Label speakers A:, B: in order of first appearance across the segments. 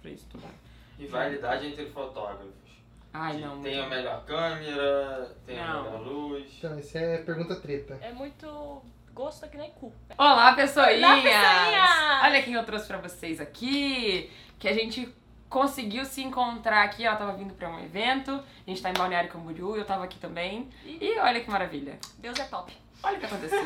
A: pra estudar.
B: E validade entre fotógrafos.
A: Ai,
B: Que
A: não.
B: Tem a melhor câmera, tem a
A: Não.
B: melhor luz.
C: Então, isso é pergunta treta.
D: É muito gosto que nem cu.
A: Olá, pessoinhas!
D: Olá, pessoinhas!
A: Olha quem eu trouxe pra vocês aqui, que a gente conseguiu se encontrar aqui, ela tava vindo pra um evento, a gente tá em Balneário Camboriú, eu tava aqui também, e olha que maravilha.
D: Deus é top.
A: Olha o que aconteceu.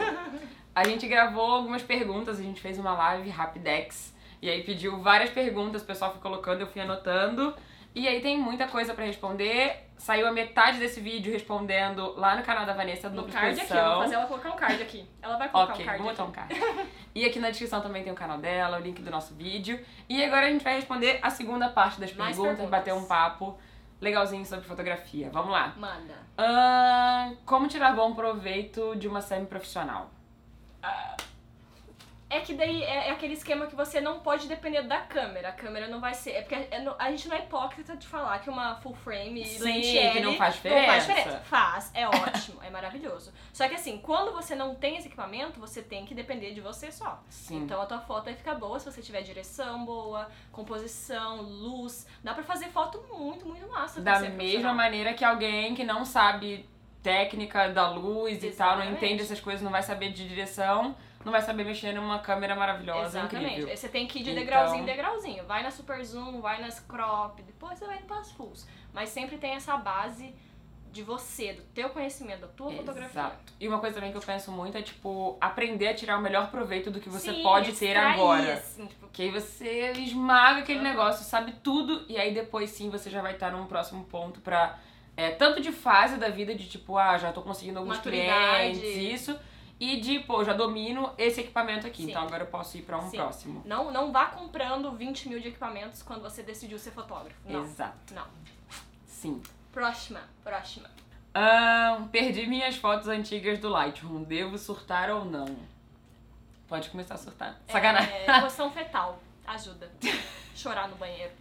A: A gente gravou algumas perguntas, a gente fez uma live Rapidex. E aí pediu várias perguntas, o pessoal foi colocando, eu fui anotando. E aí tem muita coisa pra responder. Saiu a metade desse vídeo respondendo lá no canal da Vanessa do
D: No card aqui, eu vou fazer ela colocar um card aqui. Ela vai colocar
A: Ok,
D: um card
A: vou botar
D: aqui.
A: um card. E aqui na descrição também tem o canal dela, o link do nosso vídeo. E agora a gente vai responder a segunda parte das
D: Mais
A: perguntas,
D: perguntas.
A: bater um papo legalzinho sobre fotografia. Vamos lá.
D: Manda.
A: Ahn, como tirar bom proveito de uma semi-profissional?
D: É que daí é, é aquele esquema que você não pode depender da câmera. A câmera não vai ser. É porque é no- a, gente não é hipócrita de falar que uma full frame
A: Sim,
D: lente
A: que
D: L
A: não faz
D: Não
A: diferença.
D: faz diferença. Faz, é ótimo, é maravilhoso. Só que assim, quando você não tem esse equipamento, você tem que depender de você só.
A: Sim.
D: Então a tua foto vai ficar boa se você tiver direção boa, composição, luz. Dá pra fazer foto muito, muito massa. com
A: da
D: você,
A: mesma
D: profissional.
A: maneira que alguém que não sabe técnica da luz e tal, não
D: Exatamente.
A: entende essas coisas, não vai saber de direção, não vai saber mexer numa câmera maravilhosa,
D: Exatamente.
A: Então, é incrível.
D: Você tem que ir de
A: Então-
D: degrauzinho em degrauzinho. Vai na super zoom, vai nas crop, depois você vai indo pras fulls. Mas sempre tem essa base de você, do teu conhecimento, da tua fotografia.
A: Exato. E uma coisa também que eu penso muito é, tipo, aprender a tirar o melhor proveito do que você
D: Sim, é
A: pode ter
D: extrair,
A: agora.
D: assim, tipo,
A: Que aí você esmaga aquele
D: Aham.
A: negócio, sabe tudo, e aí depois sim você já vai estar num próximo ponto pra. é, tanto de fase da vida, de tipo, ah, já tô conseguindo alguns
D: Maturidade.
A: clientes, isso. E de, pô, já domino esse equipamento aqui,
D: Sim.
A: então agora eu posso ir pra um
D: Sim.
A: próximo.
D: não, não vá comprando 20 mil de equipamentos quando você decidiu ser fotógrafo. Não.
A: Exato.
D: Não.
A: Sim.
D: Próxima, próxima.
A: Ahn, perdi minhas fotos antigas do Lightroom. Devo surtar ou não? Pode começar a surtar. Sacanagem.
D: É, posição fetal. Ajuda. Chorar no banheiro.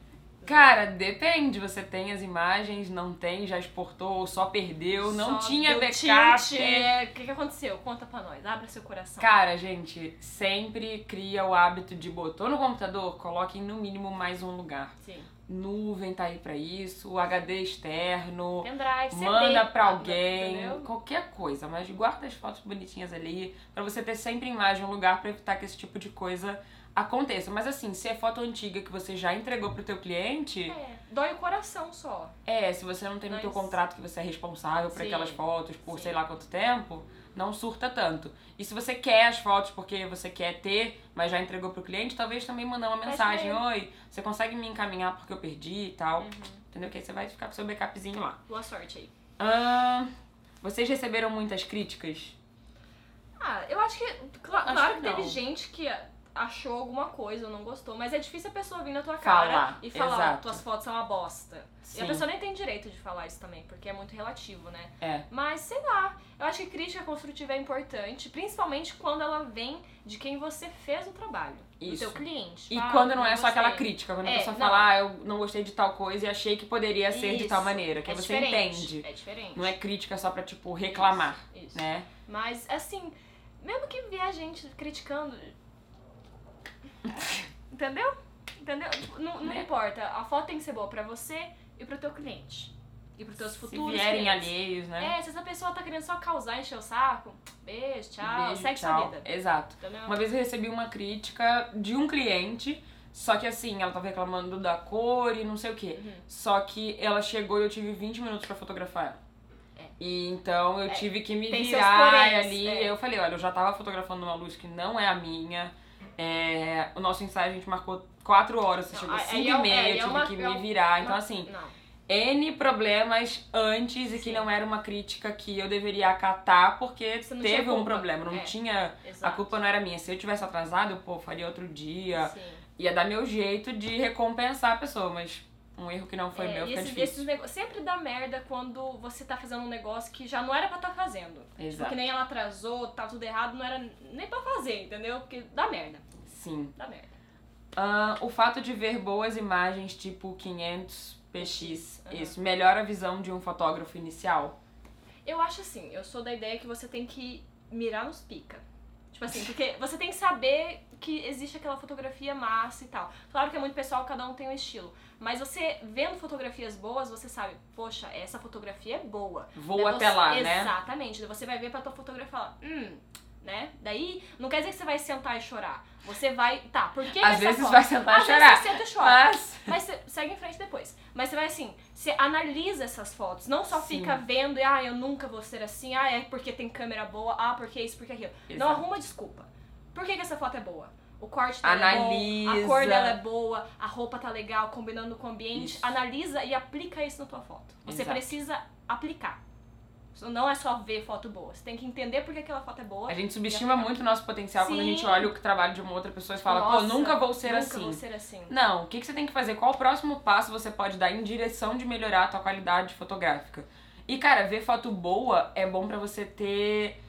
A: Cara, depende. Você tem as imagens, não tem, já exportou ou só perdeu, não
D: Só
A: tinha
D: deu
A: backup.
D: tilt, é, O que, que aconteceu? Conta pra nós. Abra seu coração.
A: Cara, gente, sempre cria o hábito de botou no computador, coloquem no mínimo mais um lugar.
D: Sim.
A: Nuvem tá aí pra isso, HD externo,
D: Pendrive, CD.
A: manda pra
D: entendeu?
A: alguém, qualquer coisa, mas guarda as fotos bonitinhas ali pra você ter sempre em mais de um lugar pra evitar que esse tipo de coisa aconteça. Mas assim, se é foto antiga que você já entregou pro teu cliente,
D: É, dói o coração só.
A: É, se você não tem no teu
D: Mas-
A: contrato que você é responsável por
D: Sim,
A: aquelas fotos por
D: sim.
A: sei lá quanto tempo, não surta tanto. E se você quer as fotos porque você quer ter, mas já entregou pro cliente, talvez também mandar uma
D: Faz
A: mensagem,
D: bem.
A: oi, você consegue me encaminhar porque eu perdi e tal.
D: Uhum.
A: Entendeu? Que aí você vai ficar com seu backupzinho lá.
D: Boa sorte aí.
A: Ahn, vocês receberam muitas críticas?
D: Ah, eu acho que. cla-
A: Acho
D: claro
A: que
D: que teve
A: não.
D: gente que achou alguma coisa ou não gostou, mas é difícil a pessoa vir na tua cara
A: Falar,
D: e falar,
A: exato.
D: tuas fotos são uma bosta. E
A: Sim.
D: a pessoa nem tem direito de falar isso também, porque é muito relativo, né?
A: É.
D: Mas sei lá, eu acho que crítica construtiva é importante, principalmente quando ela vem de quem você fez o trabalho. Do
A: Isso.
D: teu cliente.
A: E
D: Fala,
A: quando não é só aquela
D: gostei.
A: crítica, quando a
D: É,
A: pessoa
D: não.
A: fala, ah, eu não gostei de tal coisa e achei que poderia ser de tal
D: Isso.
A: maneira, que
D: é
A: aí você
D: diferente,
A: entende.
D: É diferente.
A: Não é crítica só pra, tipo, reclamar,
D: Isso, isso.
A: né?
D: Mas, assim, mesmo que vier gente criticando. Entendeu? Entendeu? Tipo, Não, não
A: Né?
D: importa. A foto tem que ser boa pra você e pro teu cliente. E pros teus futuros
A: Se vierem
D: clientes.
A: alheios, né?
D: É, se essa pessoa tá querendo só causar, encher o saco, beijo, tchau,
A: Beijo,
D: segue
A: tchau.
D: sua vida.
A: Exato.
D: Entendeu?
A: Uma vez eu recebi uma crítica de um cliente, só que assim, ela tava reclamando da cor e não sei o quê.
D: Uhum.
A: Só que ela chegou e eu tive 20 minutos pra fotografar ela. E então eu
D: É,
A: tive que me
D: tem seus
A: virar
D: poréns,
A: ali.
D: é.
A: Eu falei, olha, eu já tava fotografando uma luz que não é a minha. É, o nosso ensaio a gente marcou 4 horas, você
D: Não,
A: chegou
D: aí
A: 5
D: é
A: e
D: um-
A: meia,
D: é,
A: eu
D: é
A: tive
D: uma-
A: que
D: é
A: me
D: um-
A: virar. Então
D: Não,
A: assim,
D: Não.
A: N problemas antes e que
D: Sim.
A: não era uma crítica que eu deveria acatar porque
D: Você não
A: teve
D: tinha
A: um
D: culpa.
A: problema, não
D: É,
A: tinha. A
D: Exato.
A: culpa é não era minha. Se eu tivesse atrasado, eu, pô, faria outro dia.
D: Sim.
A: Ia dar meu jeito de recompensar a pessoa, mas um erro que não foi
D: É,
A: meu
D: e
A: fica
D: esses-
A: difícil.
D: esses nego- Sempre dá merda quando você tá fazendo um negócio que já não era pra tá fazendo. Tipo,
A: Exato.
D: que nem ela atrasou, tá tudo errado, não era nem pra fazer, entendeu? Porque dá merda,
A: Sim.
D: dá merda.
A: Ah, o fato de ver boas imagens tipo 500 px,
D: Aham.
A: isso melhora a visão de um fotógrafo inicial.
D: Eu acho assim, eu sou da ideia que você tem que mirar nos pica. Tipo assim, porque você tem que saber que existe aquela fotografia massa e tal. Claro que é muito pessoal, cada um tem um estilo. Mas você vendo fotografias boas, você sabe, poxa, essa fotografia é boa.
A: Vou
D: Daí
A: até
D: você-
A: lá, né?
D: Exatamente. Daí Você vai ver pra tua fotografia e falar, hum, né? Daí, não quer dizer que você vai sentar e chorar. Você vai, tá, por que que
A: Às
D: essa
A: vezes
D: foto?
A: vai sentar e
D: Às vezes
A: chorar. Ah,
D: você senta e chora.
A: Mas.
D: Mas você segue em frente depois. Mas você vai assim, você analisa essas fotos, não só
A: Sim.
D: fica vendo e ah, eu nunca vou ser assim, ah, é porque tem câmera boa, ah, porque isso, porque aquilo. Não
A: Exato.
D: arruma desculpa. Por que, que essa foto é boa? O corte dela é bom,
A: Analisa.
D: a cor dela é boa, a roupa tá legal, combinando com o ambiente.
A: Isso.
D: Analisa e aplica isso na tua foto. Você
A: Exato.
D: precisa aplicar. Isso Não é só ver foto boa. Você tem que entender por que aquela foto é boa.
A: A gente subestima muito o nosso potencial quando a gente
D: Sim. Tipo,
A: olha o trabalho de uma outra pessoa e fala, pô,
D: Nossa,
A: nunca vou ser
D: Nunca
A: assim.
D: vou ser assim.
A: Não, o que, que você tem que fazer? Qual o próximo passo você pode dar em direção de melhorar a tua qualidade fotográfica? E, cara, ver foto boa é bom pra você ter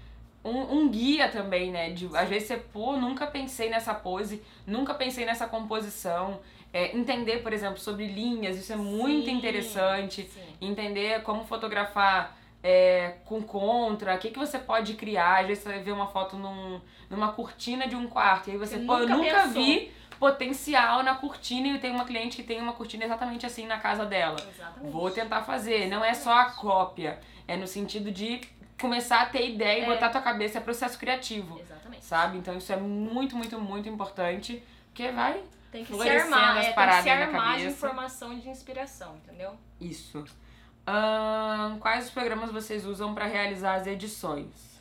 A: um, um guia também, né? De, às vezes você, pô, nunca pensei nessa pose, nunca pensei nessa composição. É, entender, por exemplo, sobre linhas, isso é muito
D: Sim,
A: interessante.
D: sim.
A: Entender como fotografar é, com contra, o que, que você pode criar. Às vezes você vê uma foto num, numa cortina de um quarto, e aí você,
D: Você
A: pô, eu
D: nunca
A: nunca
D: pensou.
A: vi potencial na cortina e tem uma cliente que tem uma cortina exatamente assim na casa dela.
D: Exatamente.
A: Vou tentar fazer. Não é só a cópia, é no sentido de começar a ter ideia e
D: É.
A: botar tua cabeça, é processo criativo,
D: Exatamente.
A: sabe? Então isso é muito, muito, muito importante, porque vai
D: Tem que se
A: Florescendo as
D: armar, é, tem que
A: paradas
D: se
A: aí na
D: armar de
A: cabeça.
D: informação e de inspiração, entendeu?
A: isso. Ahn, quais os programas vocês usam pra realizar as edições?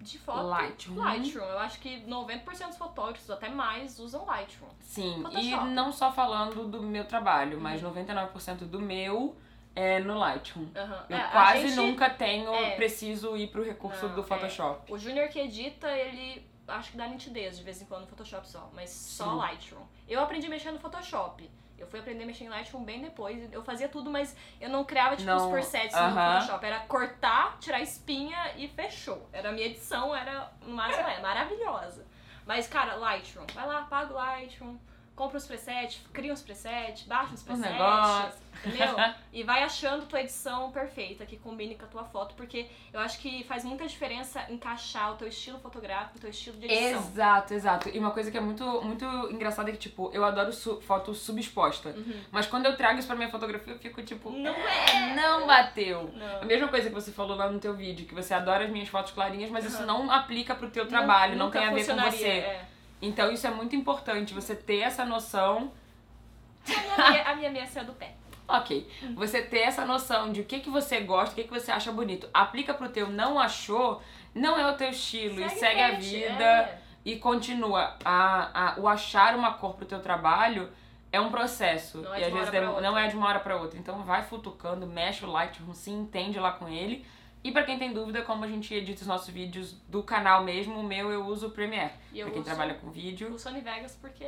D: De foto,
A: Lightroom.
D: Lightroom. Eu acho que 90% dos fotógrafos, até mais, usam Lightroom.
A: Sim,
D: Photoshop.
A: e
D: Uhum.
A: não só falando do meu trabalho, mas 99% do meu é no Lightroom.
D: Aham.
A: Eu
D: É, a
A: quase
D: gente-
A: nunca tenho,
D: é.
A: preciso ir pro recurso
D: Não,
A: do
D: é.
A: Photoshop.
D: O Junior que edita, ele acho que dá nitidez de vez em quando no Photoshop só, mas só
A: Sim.
D: Lightroom. Eu aprendi a mexer no Photoshop. Eu fui aprender a mexer em Lightroom bem depois. Eu fazia tudo, mas eu não criava tipo
A: Não,
D: os presets no
A: aham.
D: Photoshop. Era cortar, tirar espinha e fechou. Era a minha edição, era no máximo é maravilhosa. Mas cara, Lightroom, vai lá, paga o Lightroom, compra os presets, cria os presets, baixa
A: Um
D: os presets,
A: negócios.
D: entendeu? E vai achando tua edição perfeita, que combine com a tua foto, porque eu acho que faz muita diferença encaixar o teu estilo fotográfico, o teu estilo de edição.
A: Exato, exato. E uma coisa que é muito, muito engraçada é que, tipo, eu adoro su foto subexposta.
D: Uhum.
A: Mas quando eu trago isso pra minha fotografia, eu fico tipo,
D: Não é!
A: não bateu. A
D: Não.
A: mesma coisa que você falou lá no teu vídeo, que você adora as minhas fotos clarinhas, mas isso
D: Aham.
A: não aplica pro teu trabalho, não,
D: Nunca
A: tem a ver com
D: funcionaria,
A: você.
D: é.
A: Então isso é muito importante, você ter essa noção
D: A minha- A minha meia saiu do pé.
A: Ok. Você ter essa noção de o que, que você gosta, o que, que você acha bonito, aplica pro teu não achou, não é o teu estilo e segue
D: em
A: a
D: frente,
A: vida
D: é.
A: e continua. A, a- o achar uma cor pro teu trabalho é um processo.
D: Não é
A: e
D: de
A: às
D: uma
A: vezes
D: hora pra
A: demo-
D: outra.
A: não é de uma hora pra outra. Então vai futucando, mexe o Lightroom, se entende lá com ele. E pra quem tem dúvida, como a gente edita os nossos vídeos do canal mesmo, o meu eu uso o Premiere.
D: E eu
A: pra quem
D: uso
A: trabalha com vídeo,
D: o Sony Vegas porque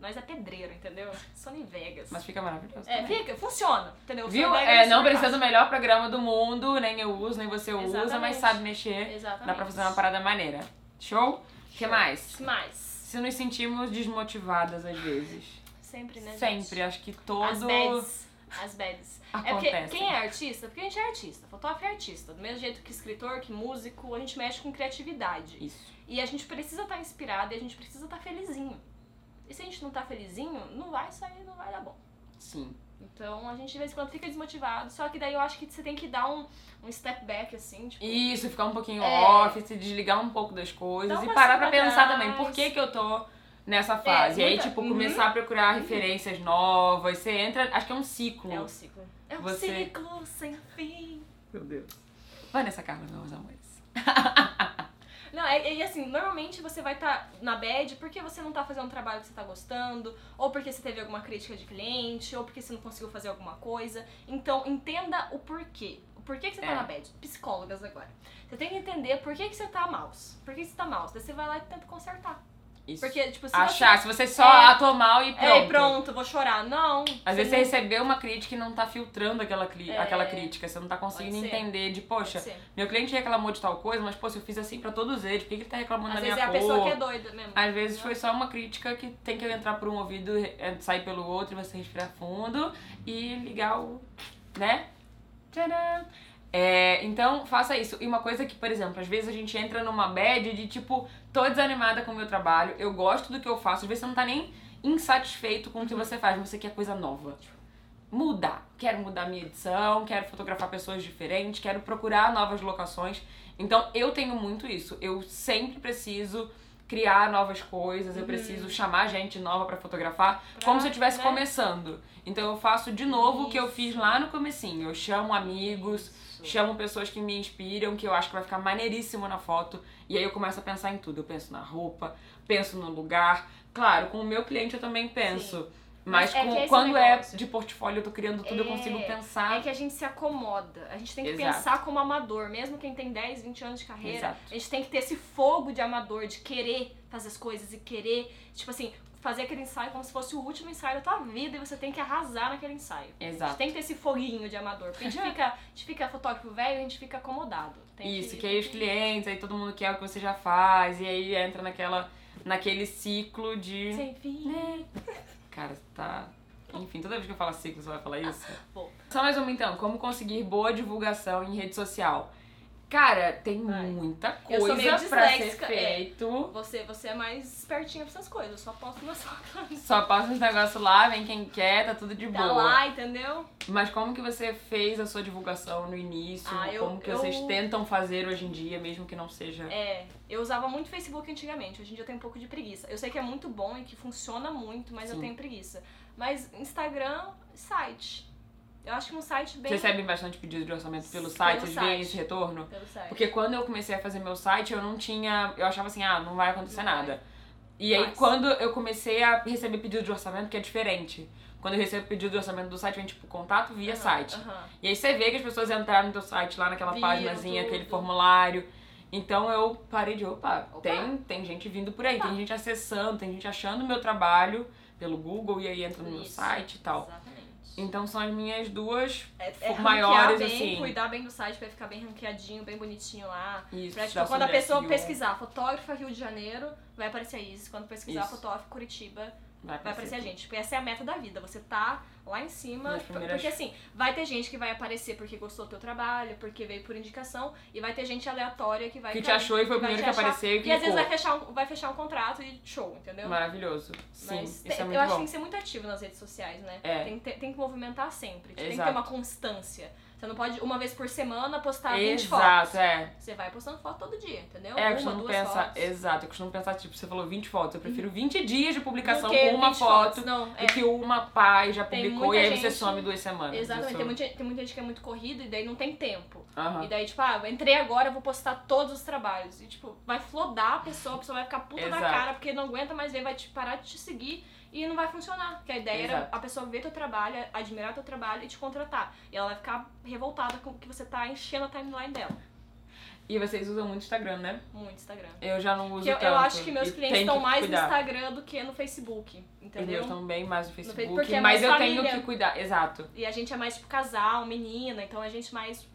D: nós é pedreiro, entendeu? Sony Vegas.
A: mas fica maravilhoso.
D: É,
A: também.
D: fica, funciona, entendeu? O
A: Viu?
D: Sony
A: É,
D: Vegas
A: não
D: super
A: precisa do melhor programa do mundo, nem eu uso, nem você usa,
D: Exatamente.
A: mas sabe
D: fácil.
A: mexer.
D: Exatamente.
A: Dá pra fazer uma parada maneira. Show? O que
D: Show.
A: mais?
D: Mais.
A: Se nos sentimos desmotivadas às vezes.
D: Sempre, né, gente?
A: Sempre, acho que
D: As
A: todo
D: bads. As bads. É porque
A: acontece.
D: quem é artista, porque a gente é artista, fotógrafo é artista. Do mesmo jeito que escritor, que músico, a gente mexe com criatividade.
A: Isso.
D: E a gente precisa estar inspirado e a gente precisa estar felizinho. E se a gente não tá felizinho, não vai sair, não vai dar bom.
A: Sim.
D: Então a gente de vez em quando fica desmotivado, só que daí eu acho que você tem que dar um, um step back, assim, tipo.
A: Isso, ficar um pouquinho
D: É.
A: off, se desligar um pouco das coisas
D: Dá
A: e
D: uma
A: parar pra
D: assim pra
A: pensar
D: trás.
A: também por que, que eu tô nessa fase. e aí,
D: muita-
A: tipo,
D: Uhum.
A: começar a procurar referências novas. Você entra. Acho que é um ciclo.
D: É um ciclo. É um
A: Você-
D: ciclo sem fim.
A: Meu Deus. Vanessa Carla, meus amores.
D: Não, é, e assim, normalmente você vai estar na bad porque você não tá fazendo um trabalho que você tá gostando, ou porque você teve alguma crítica de cliente, ou porque você não conseguiu fazer alguma coisa. Então, entenda o porquê. O porquê que você tá
A: É.
D: na bad. Psicólogas agora. Você tem que entender por que, que você tá maus. Por que que você tá maus. Daí você vai lá e tenta consertar.
A: Isso.
D: Porque, tipo, se
A: achar,
D: você...
A: se você só
D: É.
A: atua mal e pronto.
D: É, pronto, vou chorar. Não.
A: Às vezes você
D: não-
A: recebeu uma crítica e não tá filtrando aquela, cli-
D: É.
A: aquela crítica, você não tá conseguindo
D: Pode ser.
A: entender de,
D: Pode
A: poxa,
D: ser.
A: meu cliente reclamou de tal coisa, mas pô, se eu fiz assim pra todos eles, por que, que ele tá reclamando
D: Às
A: da
D: vezes é
A: minha
D: a
A: cor?
D: pessoa que é doida mesmo.
A: Às vezes foi só uma crítica que tem que entrar por um ouvido, é, sair pelo outro, você respirar fundo e ligar o. né? Tcharam! É, então, faça isso. E uma coisa que, por exemplo, às vezes a gente entra numa bad de tipo, tô desanimada com o meu trabalho, eu gosto do que eu faço, às vezes você não tá nem insatisfeito com o que você faz, mas você quer coisa nova. Mudar. Quero mudar minha edição, quero fotografar pessoas diferentes, quero procurar novas locações. Então, eu tenho muito isso. Eu sempre preciso criar novas coisas, eu
D: Uhum.
A: preciso chamar gente nova pra fotografar,
D: Pra,
A: como se eu estivesse
D: né?
A: começando. Então eu faço de novo o que eu fiz
D: Isso.
A: lá no comecinho. Eu chamo amigos, Chamo pessoas que me inspiram, que eu acho que vai ficar maneiríssimo na foto. E aí eu começo a pensar em tudo. Eu penso na roupa, penso no lugar. Claro, com o meu cliente eu também penso. Mas,
D: Mas
A: com-
D: é que esse é o
A: quando é
D: negócio.
A: de portfólio, eu tô criando tudo, eu
D: É,
A: consigo
D: É
A: pensar.
D: que a gente se acomoda. A gente tem que
A: Exato.
D: pensar como amador. Mesmo quem tem 10, 20 anos de carreira,
A: Exato.
D: a gente tem que é ter esse fogo de amador, de querer fazer as coisas e querer, tipo assim, fazer aquele ensaio como se fosse o último ensaio da tua vida e você tem que arrasar naquele ensaio. A gente
A: Exato.
D: tem que ter esse foguinho de amador. Porque a gente fica, a gente fica fotógrafo velho, a gente fica acomodado. Tem
A: Isso, que aí os clientes, aí todo mundo quer o que você já faz. E aí entra naquela, naquele ciclo de.
D: Sem fim.
A: Cara, tá. Enfim, toda vez que eu falo ciclo, você vai
D: Ah.
A: falar isso?
D: Bom.
A: Só mais uma então, como conseguir boa divulgação em rede social? Cara, tem
D: Ai.
A: muita
D: Eu sou meio
A: coisa pra ser
D: disléxica, é.
A: feito.
D: Você, você é mais espertinha pra essas coisas. Eu só posto na sua casa.
A: Só passa uns negócios lá, vem quem quer, tá tudo de
D: Tá
A: boa.
D: lá, entendeu?
A: Mas como que você fez a sua divulgação no início?
D: Ah, eu-
A: como que
D: eu-
A: vocês tentam fazer hoje em dia, mesmo que não seja.
D: É, eu usava muito Facebook antigamente, hoje em dia eu tenho um pouco de preguiça. Eu sei que é muito bom e que funciona muito, mas eu
A: Sim.
D: tenho preguiça. Mas Instagram, site. Eu acho que um site bem.
A: Vocês recebem bastante pedido de orçamento pelo site?
D: Pelo
A: Vocês veem
D: site.
A: esse retorno?
D: Pelo site.
A: Porque quando eu comecei a fazer meu site, eu não tinha. Eu achava assim, ah, não vai acontecer
D: Não vai.
A: nada. E aí,
D: Mas-
A: quando eu comecei a receber pedido de orçamento, que é diferente. Quando eu recebo pedido de orçamento do site, vem tipo contato via
D: Aham,
A: site.
D: aham.
A: E aí você vê que as pessoas entraram no teu site lá naquela
D: Viram
A: páginazinha,
D: tudo.
A: aquele formulário. Então eu parei de, opa,
D: Opa.
A: Tem, tem gente vindo por aí,
D: Opa.
A: tem gente acessando, tem gente achando meu trabalho pelo Google e aí entra no meu
D: Isso,
A: site e tal.
D: Exatamente.
A: Então são as minhas duas.
D: É,
A: for
D: ranquear
A: maiores,
D: bem,
A: assim.
D: cuidar bem do site pra ele ficar bem ranqueadinho, bem bonitinho lá.
A: Isso,
D: Pra,
A: dar
D: tipo, quando a
A: sobre
D: pessoa
A: SEO,
D: pesquisar fotógrafa Rio de Janeiro, vai aparecer a Isis. Quando pesquisar
A: Isso.
D: fotógrafa Curitiba,
A: Vai
D: vai aparecer a gente. Porque essa é a meta da vida. Você tá lá em cima.
A: Nas primeiras-
D: Porque assim, vai ter gente que vai aparecer porque gostou do teu trabalho, porque veio por indicação, e vai ter gente aleatória que vai.
A: Que te
D: cair,
A: achou e foi o
D: vai
A: primeiro
D: te
A: que
D: achar.
A: apareceu e
D: E às vezes
A: clicou.
D: vai fechar um, vai fechar um contrato e show, entendeu?
A: Maravilhoso. Sim,
D: Mas
A: isso
D: te-
A: é
D: eu
A: muito
D: acho que
A: bom.
D: tem que ser muito ativo nas redes sociais, né?
A: É.
D: Tem, que ter- tem que movimentar sempre. Tipo, Tem que ter
A: Exato.
D: uma constância. Você não pode, uma vez por semana, postar 20
A: Exato,
D: fotos.
A: é.
D: Você vai postando foto todo dia, entendeu?
A: É, eu
D: uma,
A: costumo
D: duas
A: pensar,
D: fotos. Uhum.
A: exato, eu costumo pensar, tipo, você falou 20 fotos, eu prefiro 20 dias de publicação
D: Do que
A: com uma
D: 20
A: foto
D: fotos, Não, é.
A: do que uma pai já
D: Tem
A: publicou e
D: muita
A: aí você
D: gente-
A: some duas semanas.
D: Exatamente,
A: Isso-
D: tem muita, tem muita gente que é muito corrida e daí não tem tempo.
A: Aham.
D: E daí, tipo, ah, eu entrei agora, eu vou postar todos os trabalhos. E, tipo, vai flodar a pessoa, a pessoa vai ficar puta da
A: Exato.
D: cara, porque não aguenta mais ver, vai te parar de te seguir e não vai funcionar. Porque a ideia era
A: Exato.
D: a pessoa ver teu trabalho, admirar teu trabalho e te contratar. E ela vai ficar revoltada com o que você tá enchendo a timeline dela.
A: E vocês usam muito Instagram, né?
D: Muito Instagram.
A: Eu já não uso
D: Porque eu,
A: tanto.
D: eu acho que meus
A: e
D: clientes
A: tem
D: estão
A: que
D: mais
A: cuidar.
D: no Instagram do que no Facebook,
A: Os meus
D: entendeu?
A: estão bem mais no Facebook,
D: porque é
A: mas
D: mais
A: eu tenho
D: família.
A: que cuidar, exato.
D: E a gente é mais, tipo, casal, menina, então a gente mais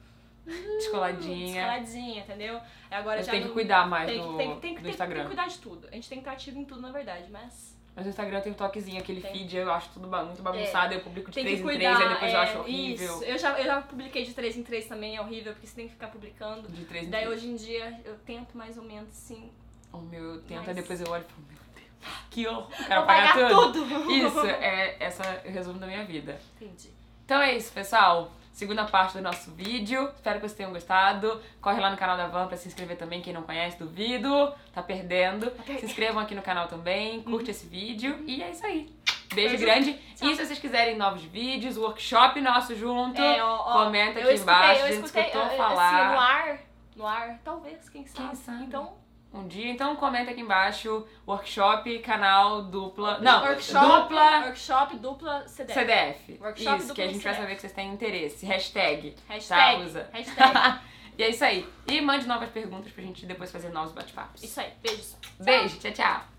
A: Descoladinha.
D: escaladinha, entendeu? Agora
A: Mas
D: Hum, já
A: tem que
D: não-
A: cuidar mais
D: tem, que-
A: do,
D: tem, que- tem, que-
A: do
D: tem, que- tem
A: Instagram.
D: que cuidar de tudo. A gente tem que estar ativo em tudo, na verdade, mas.
A: Mas o Instagram tem um toquezinho, aquele
D: Tem. É,
A: feed, eu acho tudo ba- muito bagunçado, eu publico de
D: Tem
A: Tipo, três
D: que
A: em três,
D: cuidar.
A: aí depois eu
D: é,
A: acho horrível.
D: Isso. Eu já, eu já publiquei de 3 em 3 também, é horrível, porque você tem que ficar publicando.
A: De três em
D: Daí
A: três.
D: hoje em dia eu tento mais ou menos assim, sim.
A: O meu eu tento, aí
D: Mas-
A: depois eu olho e falo, meu Deus, que horror. Eu
D: Vou
A: Quero pagar, tudo.
D: tudo.
A: Isso, é essa é o resumo da minha vida.
D: Entendi.
A: Então é isso, pessoal. Segunda parte do nosso vídeo. Espero que vocês tenham gostado. Corre lá no canal da Van pra se inscrever também. Quem não conhece, duvido. Tá perdendo. Se
D: perdendo.
A: inscrevam aqui no canal também. Curte esse vídeo. E é isso aí. Beijo
D: Beijo.
A: grande.
D: Tchau.
A: E se vocês quiserem novos vídeos, workshop nosso junto,
D: É, ó, ó,
A: comenta
D: eu
A: aqui
D: escutei,
A: embaixo.
D: eu
A: A gente
D: escutei
A: escutou
D: eu-
A: falar.
D: Assim, no ar. No ar, talvez, quem sabe.
A: sabe?
D: Então,
A: Um dia, então comenta aqui embaixo, workshop, canal, dupla. Não,
D: workshop,
A: dupla
D: workshop, dupla CDF.
A: CDF.
D: Workshop,
A: isso,
D: dupla
A: que a gente vai
D: CDF.
A: saber que vocês têm interesse. Hashtag.
D: Hashtag.
A: Tá, usa.
D: Hashtag.
A: e é isso aí. E mande novas perguntas pra gente depois fazer novos bate-papos.
D: Isso aí, beijos.
A: Beijo, tchau, tchau.